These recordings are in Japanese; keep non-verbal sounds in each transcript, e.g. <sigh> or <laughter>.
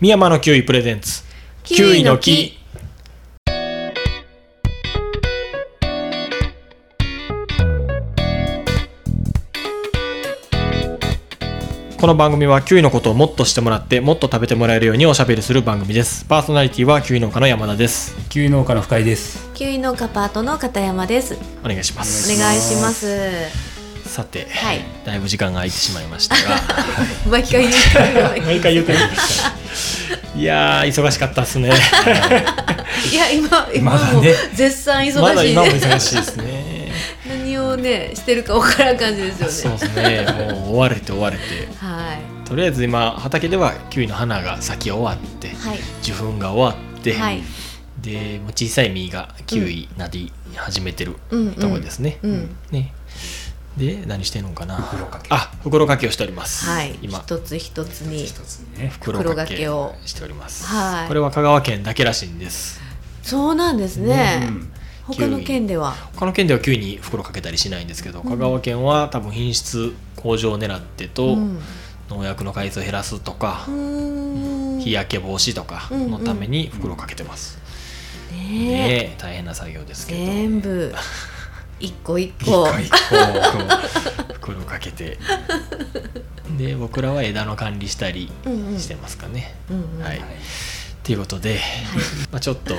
深山のキウイプレゼンツキウイの木この番組はキウイのことをもっとしてもらってもっと食べてもらえるようにおしゃべりする番組ですパーソナリティはキウイ農家の山田ですキウイ農家の深井です。キウイ農家パートの片山です。お願いしまおす願いします。さて、はいだいぶ時間が空いてしまいましたが <laughs> 毎回言ってるのに毎回言うてるいやー忙しかったですねいや今今まだもね絶賛ま <laughs> 忙だしい今もね。忙しいですね <laughs> 何をねしてるかわからん感じですそうよでね。すねもう追われて追われてはいとりあえず今畑ではキウイの花が咲き終わってはい受粉が終わって、はい。でもう小さい実がキウイなり始めてるうんうんところですね。うんねで何してんのかな袋掛けあ袋掛けをしております。はい。今一つ一つに一つにね。袋掛けをしております。はいこれは香川県だけらしいんです。そうなんですね。うん他の県では他の県ではキウイに袋掛けたりしないんですけど香川県は多分品質向上を狙ってと、うん農薬の回数を減らすとか、うーん日焼け防止とかのために袋掛けてます。ねえねえ大変な作業ですけど。全部一個一個一個一個袋かけてで僕らは枝の管理したりうんうんしてますかね、うんうんはいっていうことで、まあ、ちょっと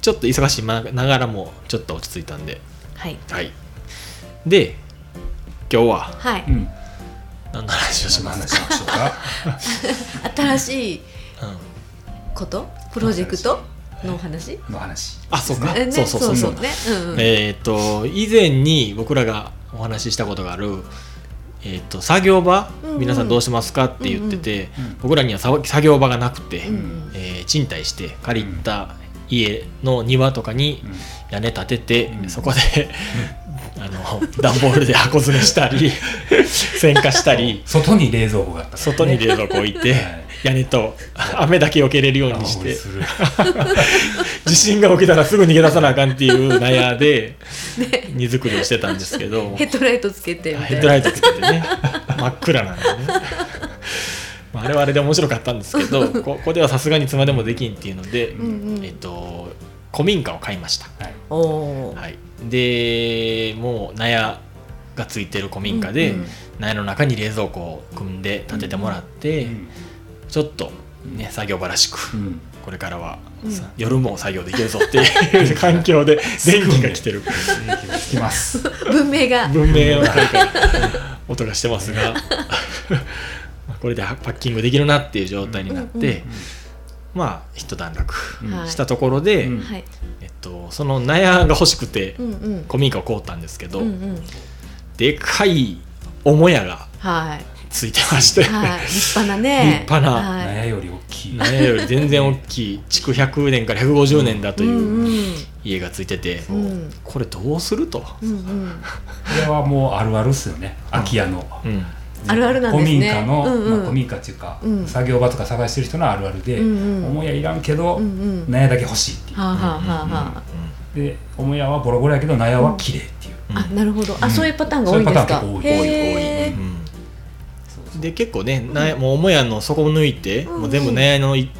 ちょっと忙しいなながらもちょっと落ち着いたんではいはいで今日ははいうん。何の話をしそのます話しましょうか。新しいうん、ことプロジェクトのお話 <laughs> の話。あそうか、えねそうそうそうそうそうねうんうんえっ、と以前に僕らがお話ししたことがある、えー、と作業場、うんうん皆さんどうしますかって言ってて、うんうん僕らにはさ作業場がなくて、んえー賃貸して借りた家の庭とかにうん屋根立てて、うんそこで、 <laughs> あの段ボールで箱詰めした <laughs> り栓化したり外に冷蔵庫があったからね。外に冷蔵庫置いて、はい屋根と雨だけ避けれるようにしてあ俺する地震が起きたらすぐ逃げ出さなあかんっていう納屋で荷造りをしてたんですけど <laughs> ヘッドライトつけてみたいなヘッドライトつけてね真っ暗なんでねまああれはあれで面白かったんですけ <laughs> どこここではさすがに妻でもできんっていうので、んうんえっと古民家を買いました、はいおおーはい、でもう納屋がついてる古民家で、うんうん納屋の中に冷蔵庫を組んで建ててもらって、うんちょっと、ね、作業場らしく、うん。これからは、うんさ夜も作業できるぞっていう <laughs> 環境で電気が来てる聞きます。文明が文明の開花音がして <laughs> ますがまあこれでパッキングできるなっていう状態になって、うんうんうんまあ一段落はいしたところで、うんはいえっと、その納屋が欲しくてうんうん古民家を買うたんですけど、うんうんでかい母屋がはいついてまして、はい <laughs> 立派なね立派な納はい屋より大きい。納屋より全然大きい築100年から150年だという。うんうん家がついてて、うんこれどうすると、うんうんこれはもうあるあるっすよね。空き家の。うんあるあるなんで古す民ね家の、うんうんまあ、古民家っていうか、うん作業場とか探してる人のあるあるで、うんうん母屋いらんけど、うんうん納屋だけ欲しいっていはあはあはあはうで母屋はボロボロやけど納屋は綺麗っていう、うんああなるほどあうんそういうパターンが多いんですかそういうパターン結構多いへーうんで結構ね、なもう母屋の底を抜いて、うんもう全部納屋のい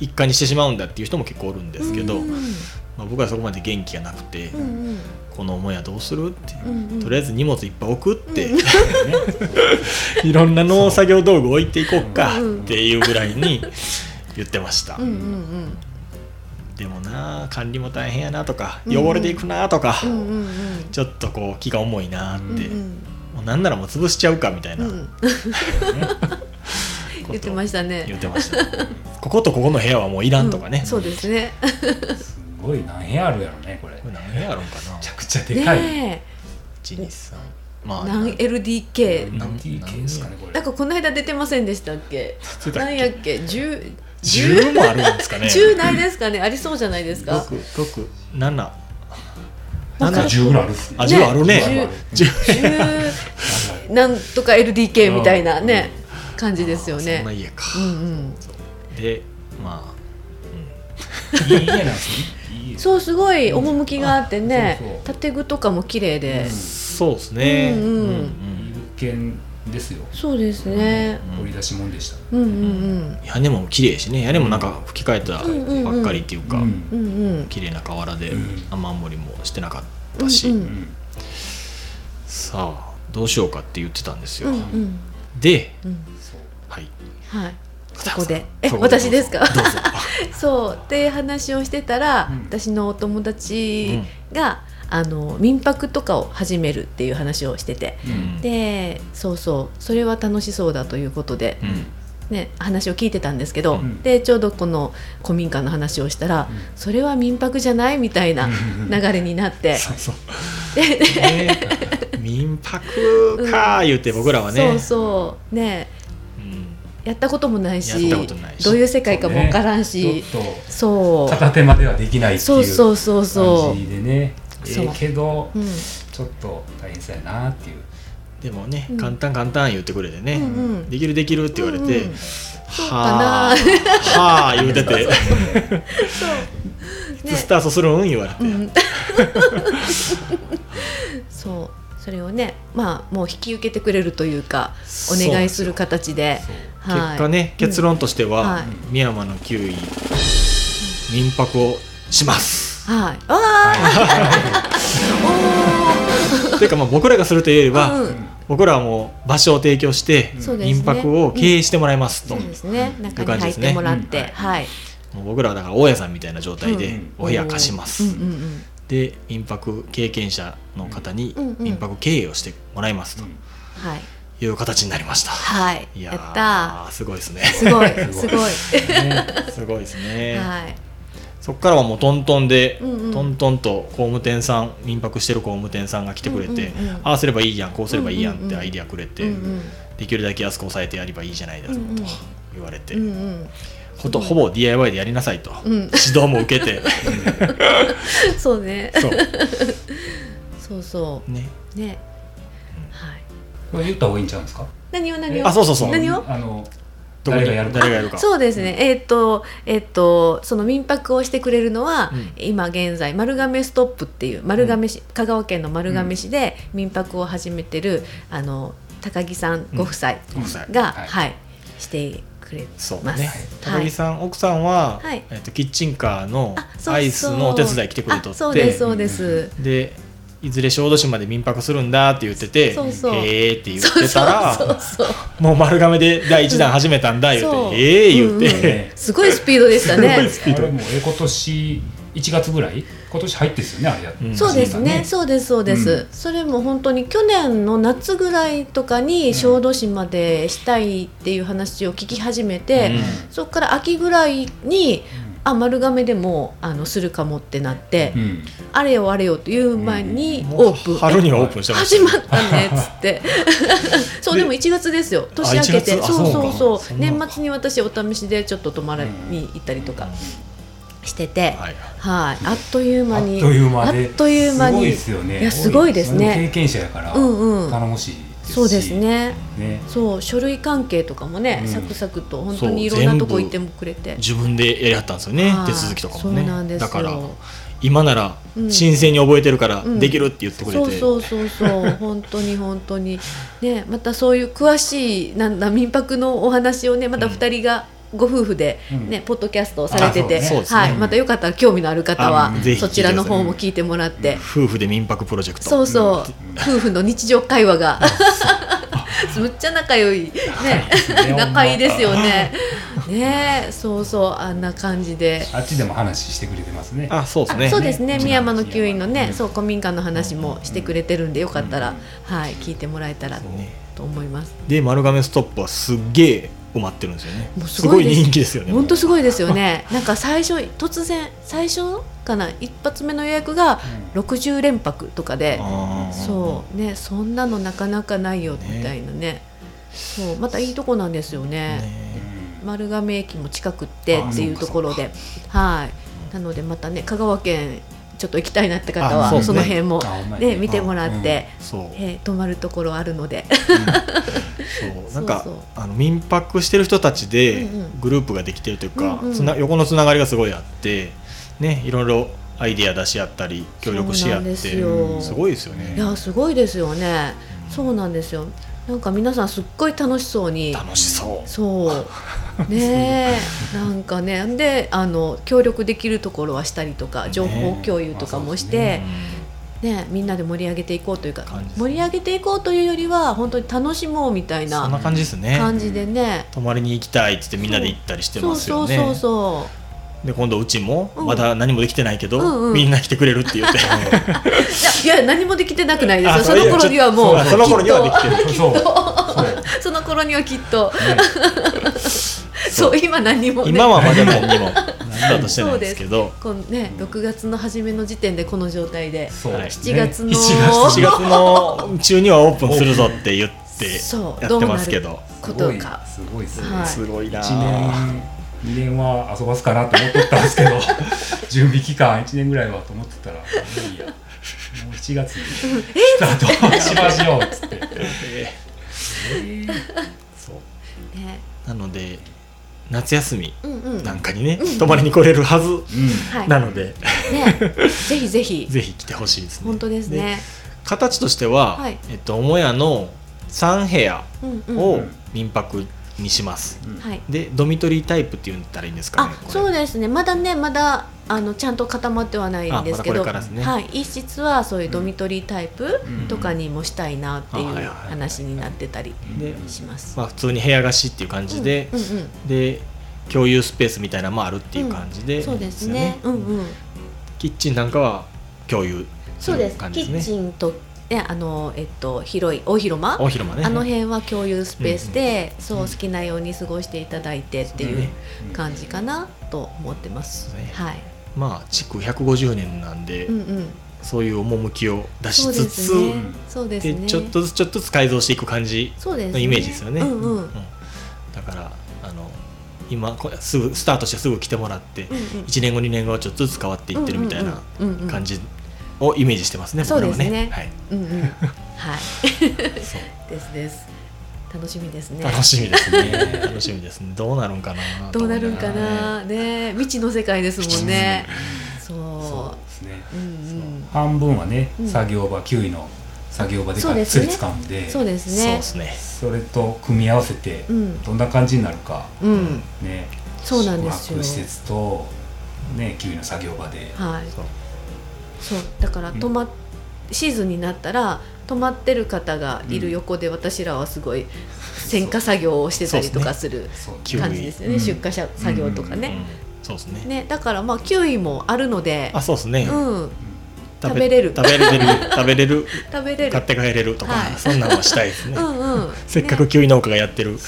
一環にしてしまうんだっていう人も結構おるんですけど、うんまあ、僕はそこまで元気がなくて、うんこの母屋どうするって、うんうんとりあえず荷物いっぱい置くって、ね <laughs> いろんな農作業道具置いていこうかっていうぐらいに言ってました、うんうんうんでもな管理も大変やなとかうん汚れていくなとか、うんうんうんちょっとこう気が重いなーって、うんうんもうなんならもう潰しちゃうかみたいなうことん言ってました言ねってました <laughs> こことここの部屋はもういらんとかね、うんそうですねすごい何部屋あるやろねこれこめれ何部屋あるんかなちゃくちゃでかい、ね123まえあ何 LDK 何 DK ですかねこれなんかこの間出てませんでしたっけ出てたっけなんやっけ10 10もあるんですかね10ないですかねありそうじゃないですか667なんか10ぐらいあるっすねあね10あるね10 10 10あるなんとか LDK みたいなね感じですよそんなね家か、うんうんでまああるいい家なんですねいい家そうすごい趣があってねうんあそうそう建具とかも綺麗でそうですねうんうん物件ですよ、そうですね。うん掘り出し物でした、うんうん屋根も綺麗しね屋根もなんか吹き替えたばっかりっていうか、うんうん。うんうん。綺麗な瓦でうん雨漏りもしてなかったし、うんううんんさあどうしようかって言ってたんですうよ、んうん。で、うん。そうはい、はい。そこで。え、そこ私ですか。どうぞそうって話をしてたら、うん私のお友達が、あの民泊とかを始めるっていう話をしてて、うんでそうそうそれは楽しそうだということでう、んね、話を聞いてたんですけど、うんでちょうどこの古民家の話をしたら、うんそれは民泊じゃないみたいなうん流れになって、そうそ <laughs> うね民泊か言って僕らはね、そうそうねうんやったこともないやしったことないしどういう世界かもわからんしちょっそう,、と片手まではできないってそういうそうそうそ感じでねえそうえけどう、うんちょっと大変そうやなっていうでもね、うん簡単簡単言ってくれてね、うんうんできるできるって言われて、うんうんうかなはあはあ言うて <laughs> て「そうねスタートするん?」言われて、うん、そうそれをねまあもう引き受けてくれるというかお願いする形でそうはい結果ね結論としてうんはは、い深山の9位民泊をしますはいああというかまあ僕らがするというよりおーは、うん僕らはもう場所を提供して、そうですね民泊を経営してもらいますと、そうですねん中に入ってもらって、いう感じですねうんはいもう僕らはだから大家さんみたいな状態うでんお部屋貸します、うんうんで民泊経験者の方にうんうん民泊経営をしてもらいますとうんうんはいいう形になりました、はいいややーったす <laughs> ごいですねすごいすすごごいね <laughs> すごいですね、はいそっからはもうトントンで、うんうんトントンと工務店さん民泊してる工務店さんが来てくれて、うんうんうんああすればいいやんこうすればいいやんうんっうんうてんアイディアくれて、うんうんできるだけ安く抑えてやればいいじゃないですかうんうんと言われて、うんうんほとほぼ DIY でやりなさいと、うん指 <laughs> 導も受けてそうねそうそうそねうねはいこれ言った方がいいんちゃうんですか何を何をあそうそうそう何をあのどこに誰がやるか誰がやるかそうですね、えーっ、と、えーっ、と、その民泊をしてくれるのは、うん今現在丸亀ストップっていう丸亀市、香川県の丸亀市で民泊を始めてる。あの高木さんご夫妻ご夫妻が、は、はいいしてくれそうます。ね、は高い木さん、奥さんは、はいえっとキッチンカーのあそうそうアイスのお手伝い来てくれとっあてそうです、そうです。でいずれ小豆島で民泊するんだって言っててそうそうへえって言ってたらそうそうそうもう丸亀で第一弾始めたんだ言そうってええ言って、うんうんすごいスピードで <laughs> したね。スあピードれもうえ今年1月ぐらい今年入ってですよねあれやってうんそうですね、そそうです、そうです、うそれも本当に去年の夏ぐらいとかに小豆島でしたいっていう話を聞き始めて、うんそこから秋ぐらいにうんあ丸亀でもあのするかもってなって、うんあれよあれよという前にもうオープン、春えにはオープンしてまし始まったねっつって <laughs> そうででも1月ですよ年明1けて月あそうそうそそううかそんなの年か末に私お試しでちょっと泊まりに行ったりとたかしてて、うんはいはい、あっという間あっとにいう間であっという間すごいにですよねいやすごいですねそれも経験者やからうんうん頼もしいですしそうです <laughs> ねねそう書類関係とかもね、うんサクサクと本そ当うにいろんなとこ全行部ってもくれて自分でやりはったんですよねはい手続きとかもねそうなんですよだから今ならうん新鮮に覚えてるからうんできるって言ってくれて、そうそうそうそう本当に本当にねまたそういう詳しいなんだ民泊のお話をねまた2人が、ご夫婦で、ねうんポッドキャストをされてて、あそうですねはい、うんまたよかったら興味のある方はあぜひそちらの方も聞いてもらって、夫婦で民泊プロジェクトそうそう、夫婦の日常会話が <laughs> むっちゃ仲良いねい <laughs> 仲いいですよねねそうそうあんな感じであっちでも話してくれてますねあそうですねあそうですねね深山の吸引のね、うんそう古民家の話もしてくれてるんでよかったら、はい聞いてもらえたらそうねと思いますで丸亀ストップはすっげえ埋まってるんですよねもうすすごごいいです人気ですよね本当すいごいですよねなんか最初突然最初かな一発目の予約がうん60連泊とかでそそうねそんなのなかなかないよみたいなねそうまたいいとこなんですようねうん丸亀駅も近くってあっていうところではいなのでまたね香川県ちょっと行きたいなって方はあそ,、そうのね辺もあほんまやね見てもらって、そうえー泊まるところあるのでそうなんかそうそうあの民泊してる人たちでうんうんグループができてるというか、うんうんつな横のつながりがすごいあってねいろいろアイデア出し合ったり協力し合ってそうなんですよごいですようねいやすごいですよねそうなんですよなんか皆さんすっごい楽しそうに楽しそうそう <laughs> ねえなんかねであの協力できるところはしたりとか情報共有とかもして、うんね、みんなで盛り上げていこうというか感じですね盛り上げていこうというよりは本当に楽しもうみたいそんなな感じですね感じでね泊まりに行きたいっつってみんなで行ったりしてそうますそようねそうそで今度うちもうんまだ何もできてないけど、うんうんみんな来てくれるっ <laughs> て言って、ういやいや何もできてなくないですあよそそういのや頃にはもうちょっとそうその頃にはできてるそうそうそうきっとその頃にはきっとねそう今何にもね今はまだ何にもスタートしてないんですけどこのね6月の初めの時点でこの状態で <laughs> そうはい7月のね4月の中にはオープンするぞって言ってそうやってますけどことかすごいすごいはいすごいな1ぁ年2年は遊ばすかなと思ってたんですけど <laughs> 準備期間1年ぐらいはと思ってたらもういいやもう7月にスタートしましょうっつってええそうねなので夏休みうんうんなんかにね、泊まりに来れるはずはいなので、ねぜひぜひぜひ来てほしいですね本当ですね形としては、はいえっと母屋の3部屋うんうんをうん民泊にします、うんはいでドミトリータイプって言ったらいいんですかあねこれそうですねまだねまだあのちゃんと固まってはないんですけあど、まだこれからですねはい、一室はそういうドミトリータイプうんとかにもしたいなっていうんはいうはいはい話になってたりでします。まあ、普通に部屋貸しっていう感じで、うんうんで共有スペースみたいなのもあるっていう感じで、うん、そうですね。ようんうん、キッチンなんかは共有すそうるです。感キじでッすねチンとねあのえっと広い大広間、大広間ねあの辺は共有スペースで、そう好きなように過ごしていただいてってでいうね感じかなと思ってます。そうですねはい。まあ築150年なんで、うんうん。そういう趣を出しそうでつつすね。そうですでね。ちょっとずつちょっとずつ改造していく感じそうです、のイメージですよね。うんうん。うんうんだからあの今こすぐスタートしてすぐ来てもらって、うん1年後2年後はちょっとずつ変わっていってるみたいなうんうんうん感じをイメージしてますね、そう僕らではすね。ねはい、うんうん、はいそうですです楽しみですね楽しみですね。 <laughs> 楽しみですね。どうなるんかな。どうなるんかと思いがらね。なね未知の世界ですもんねそそうですねううん半分はねうん作業場9位の作業場でがっつり掴んでうんそうですそうねですね。それと組み合わせてうんどんな感じになるかうんねそうなんです宿よ泊施設とね9位の作業場ではいそうそうだからうん泊まっシーズンになったら泊まってる方がいる横で私らはすごい選果作業をしてたりとかするそうキュウ感じですようねん出荷者作業とかうねんそうですね。ねだからまあキウイもあるのであ、そうですね。うん食べ食べれる食べ <laughs> れる。食べれる。食べれ買るって帰れるとか、はいそんなのはしたいですねう。んうん <laughs> せっかねくキウイ農家がやってる、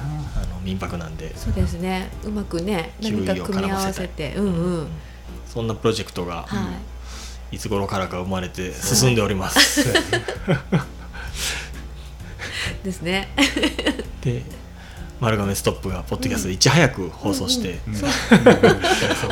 あの民泊なんで、そうですね。うまくね、キウイを何か組み合わせて、うんうん、そんなプロジェクトがはいつ頃からか生まれて進んでおります。そうやねいですね。で、丸亀ストップがポッドキャストでいち早く放送して、うんそうそう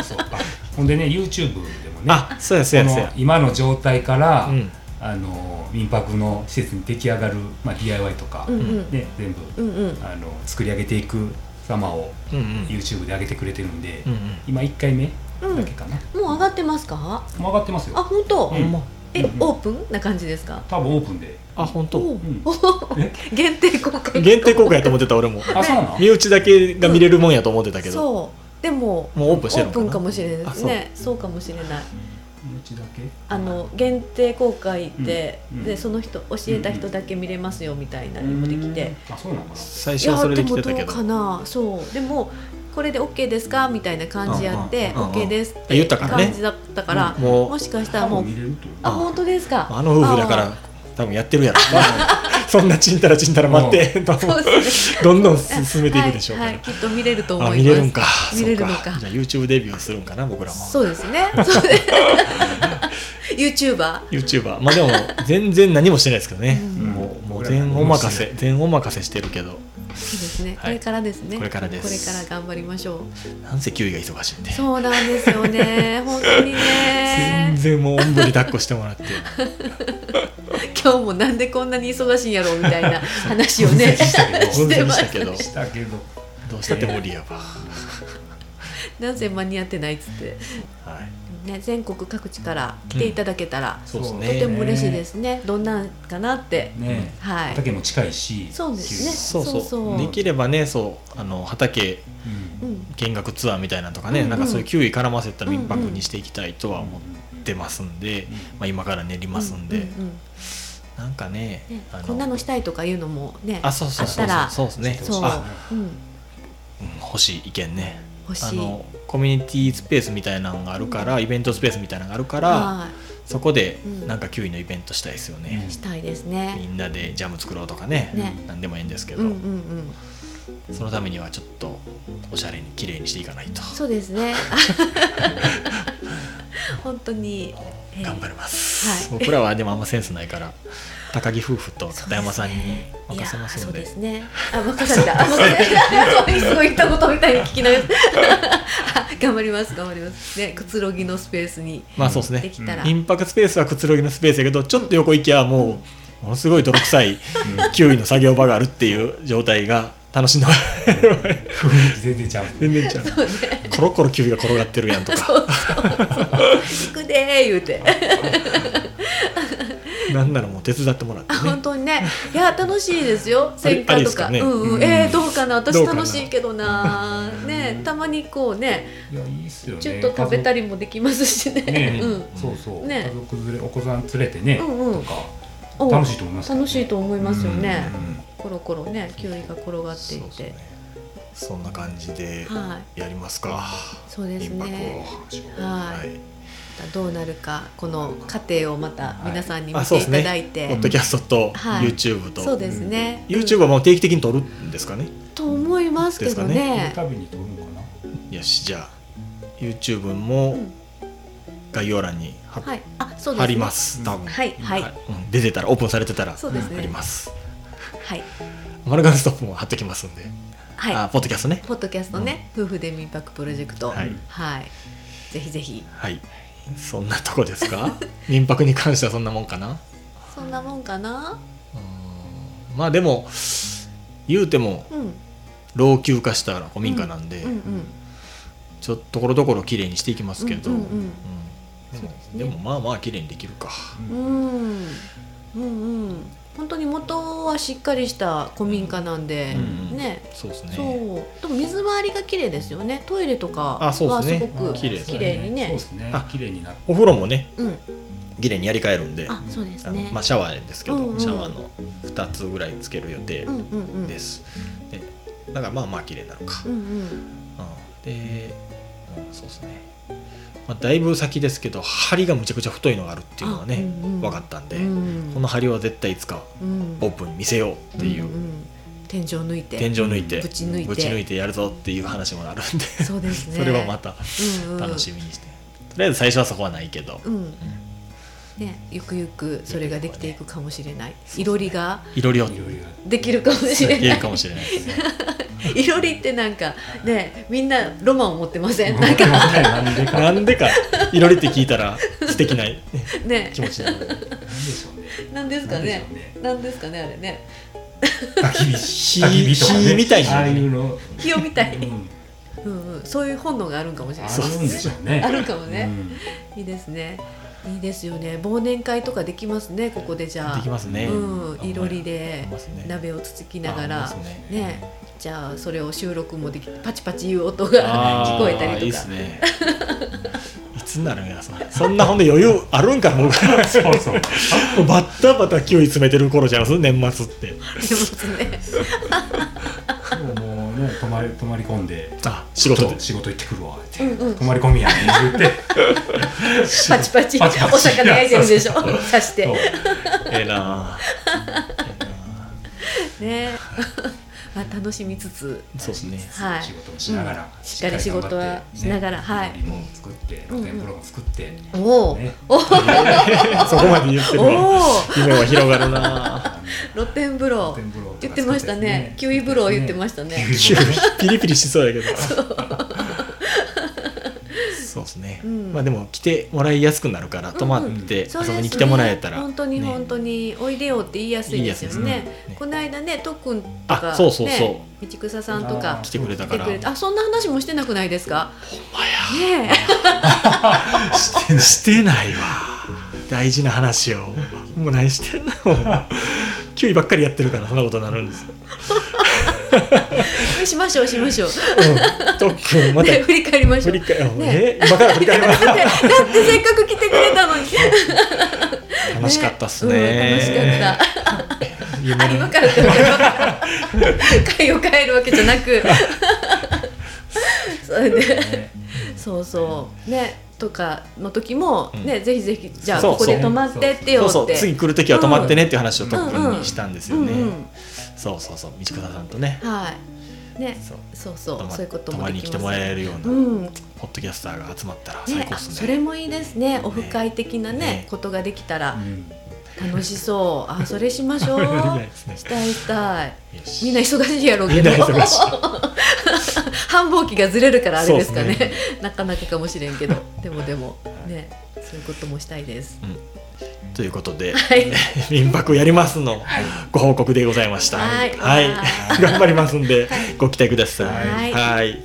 そうあほんでね YouTube でもねあ、そうやそうこやそうのや。今の状態から、うんあの民泊の施設に出来上がる、まあ、DIY とか、うんうんね、全部、うんうん。あの作り上げていく様をうんうん。 YouTube で上げてくれてるんで、うんうん。今1回目うんだけかな、もう上がってますか？もう上がってますあ、よ本当。ほんま。え、うんオープンな感じですか？多分オープンで、あ、本当。おうん、 <laughs> 限定公開。限定公開やと思ってた俺もあそうなの身内だけが見れるもんやと思ってたけど、そう。でももうオープオンしてるーのプかなンかもしれないですね。あそうかもしれない。うんうちだけあの限定公開で、うんうんでその人教えた人だけ見れますよみたいなのもできて。うんあそうなのか最い初やはそれでで来もてどたけうどかなそうでもこれで OK ですかみたいな感じやってうんうんうんうん OK ですっ言てったからね感じだったからうんもうもしかしたならも多う分見れると思うあ本当ですかあの夫婦だから多分やってるやろなそんなちんたらちんたら待ってどんあーそうですねどんどん進めていくでしょうかはら、いはいきっと見れると思いあます見れるんか見れるのそうかじゃあ YouTube デビューするんかな僕らもそうですねそうね <laughs> YouTuber YouTuber まあでも全然何もしてないですけどね、うんもうもう僕ら何全もお任しせて全お任せしてるけどそうですねはいこれからですねこれからですこれから頑張りましょなんせキウイが忙しいんでうそうなんですよね <laughs> 本当全にね然もうおんぶに抱っこしてもらって今日もなんでこんなに忙しいんやろうみたいな話をね本して当にまししたたけどしたけどどうしたって無理やわ、なぜ間に合ってないっつって、はいね全国各地から来ていただけたら、そうですねとても嬉しいですねどんなんかなって、ねはい畑も近いしそうですねそうそうそうそうできればねそうあの畑うんうん、見学ツアーみたいなのとかね、うんうんなんかそういう球威絡ませた民泊にしていきたいとは思ってますんで、うんまあ、今から練りますんで、ううんなんかねうんねあこんなのしたいとかいうのもねあそうそうそうあったらそうそうですねそうあ、うん、うん欲しい意見ね欲しいあのコミュニティスペースみたいなのがあるから、イベントスペースみたいなのがあるから、はそこでうんなんか球威のイベントしたいですよねい、したいですねみんなでジャム作ろうとかねねなんでもいいんですけうど、んうんうんそのためにはちょっとおしゃれに綺麗にしていかないとそうです <laughs> ね本当にえー頑張ります、は <laughs> い僕らはでもあんまセンスないから高木夫婦と片山さんにいや任せますそのうでですね。あ、任された。あ、 <laughs> そういうすごい言ったことみたいに聞きながら。あ <laughs> 頑張ります、頑張ります。ね、くつろぎのスペースにまあそうですでねきたら。民泊スペースはくつろぎのスペースやけどちょっと横行きはもうものすごい泥臭いキウイの作業場があるっていう状態が楽しんで <laughs> もらえればね雰囲気全 <laughs> 然ちゃう全然ちゃうコロコロキウイが転がってるやん <laughs> とか行くでー言うて。なんならもう手伝ってもらってあね本当にね。いや、楽しいですよ。あり戦火ありでとすか。かねうんう、うんんえー、どうかな。ど私うかな楽しいけどな。ね、たまにこうね、いやいいっすよねちょっと食べたりりもできますしねね。うん。そうそう、ね家族連れお子さん連れてね、うんうんとかお楽しいと思いますよね楽しいと思いますよねう。んコロコロね、キウイが転がってそういですてね。そんな感じではい。やりますかそうです民泊ねを。うはい。いどうなるかこの過程をまた皆さんに見あそてういですたねだいて、ポッドキャストとはい YouTube と、そうですね、うん YouTube はもう定期的に撮るんですかねと思いますけどねん、旅に撮るのかな、よしじゃあ YouTube もうん概要欄に貼,、はいあそうですね貼ります多分、はいはい、はいうん出てたらオープンされてたら貼そうですねりますはいマルガンストップも貼ってきますんで、はあポッドキャストねいポッドキャストね、夫婦で民泊プロジェクトはいはい、ぜひぜひはいそんなとこです <laughs> か民泊に関してはそんなもんかなそんなもんかなうんまあでも言うてもうんうん老朽化した古民家なんで、うんうんちょっとところどころ綺麗にしていきますけど、うんうんうんうんでもねでもまあまあ綺麗にできるかうんうんうん本当に元はしっかりした古民家なんで、うんうんねそうですねそうでも水回りが綺麗ですよねトイレとかはあすそごうですねく綺麗ですね綺麗にそうねですねあ綺麗になっお風呂もねうん綺麗にやり替えるんであそうですあのねまあ、シャワーですけど、うんうんシャワーの2つぐらいつける予定うんうんうんです、でだからまあまあ綺麗なのか、ううんんうんで、うん、そうですね、まあ、だいぶ先ですけど針がむちゃくちゃ太いのがあるっていうのはね、あうんうん分かったんで、うんこの針は絶対いつかうんオープンに見せようっていう、んん天井抜いて天井抜いてぶち抜いてぶち抜いてやるぞっていう話もあるんでそうですね <laughs> それはまたうんうん楽しみにして、とりあえず最初はそこはないけど、うんねゆくゆくそれができていくかもしれないいろりがいろいろいろいろできるかもしれ言えなるいかもしれないですねいろりってなんかねみんなロマンを持ってませんななんんかかなんでかななんんでかいろりって聞いたら <laughs> 素敵なねね <laughs> 気持ちになるでしょうねなんですかねなんですかねあれね焚き火火焚き火とかね火みたいにああいうの、ひよみたいうん、うんうんそういう本能があるんかもしれないあるんでしょうねあるかもねうんいいですねいいですよね忘年会とかできますねここでじゃあできますね、うん、いろりでできますね鍋をつつきながあらりますねねじゃあそれを収録もできてパチパチいう音が聞こえたあーいりいでとかすねいつになるんやそれそんなほんで余裕あるんか僕らそうそうバッタバタキウイ詰めてる頃じゃん年末ってありますねでももうね泊まり泊まり込んであ仕事でそう仕事行ってくるわって、うんうん泊まり込みやね言ってパチパチパチパチお魚焼いてるでしょ刺してそうええなあね <laughs> まあ楽しみつつそうですねはい仕事をしながら、しっかり仕事はしながら頑張ってはいね料理も作って露天風呂も作って、ねおおそこまで言ってるおのお夢は広がるなあ露天風呂露天風呂とか言ってましたねキウイ風呂を言ってましたね <laughs> キウイ風呂ピリピリし <laughs> そうやけどそうですね、うんまあでも来てもらいやすくなるから泊まってうん遊うんそうですびねに来てもらえたら、本当に本当に、おいでよって言いやすいですよ言いねやすいですねこの間ねとっくんとかあそうそうそうね、道草さんとか来てくれた来てからくれてあそんな話もしてなくないですかまあやねしてない <laughs> してないわ大事な話をもう何してんのキュウリばっかりやってるからそんなことになるんですよ、え <laughs> しましょうしましょう、うん、とっくんまたね、振り返りましょ振うり返る、ねね、今から振り返りま <laughs> だってだすってせっかく来てくれたのに <laughs> 楽しかったっすねうん楽しかっ <laughs> た夢あの今からって <laughs> わけだから会を変えるわけじゃなくそれで <laughs> そうそうねとかの時も、ねぜひぜひじゃあそうここで泊まってってよそってうそう次来る時は泊まってねっていう話をとっくんにしたんですよね、うんうんそうそうそう道草さんとねはいねそうそうそ泊うまそういうこと泊もまでりにき来ますてもらえるような、うんポッドキャスターが集まったら最ね、高あっすねそれもいいですねオフ会的なねねことができたらうん楽しそ <laughs> うあそれしましょうやりたいですねしたいしたいよしみんな忙しいやろうみけんどな忙 <laughs> しい繁忙期がずれるからあれですかねそうっ <laughs> なかなかかもしれんけどでもでもねそういうこともしたいですということで、 <laughs> はい民泊やりますのご報告でございました。はい <laughs> はいは頑張りますんで、ご期待ください。はいはい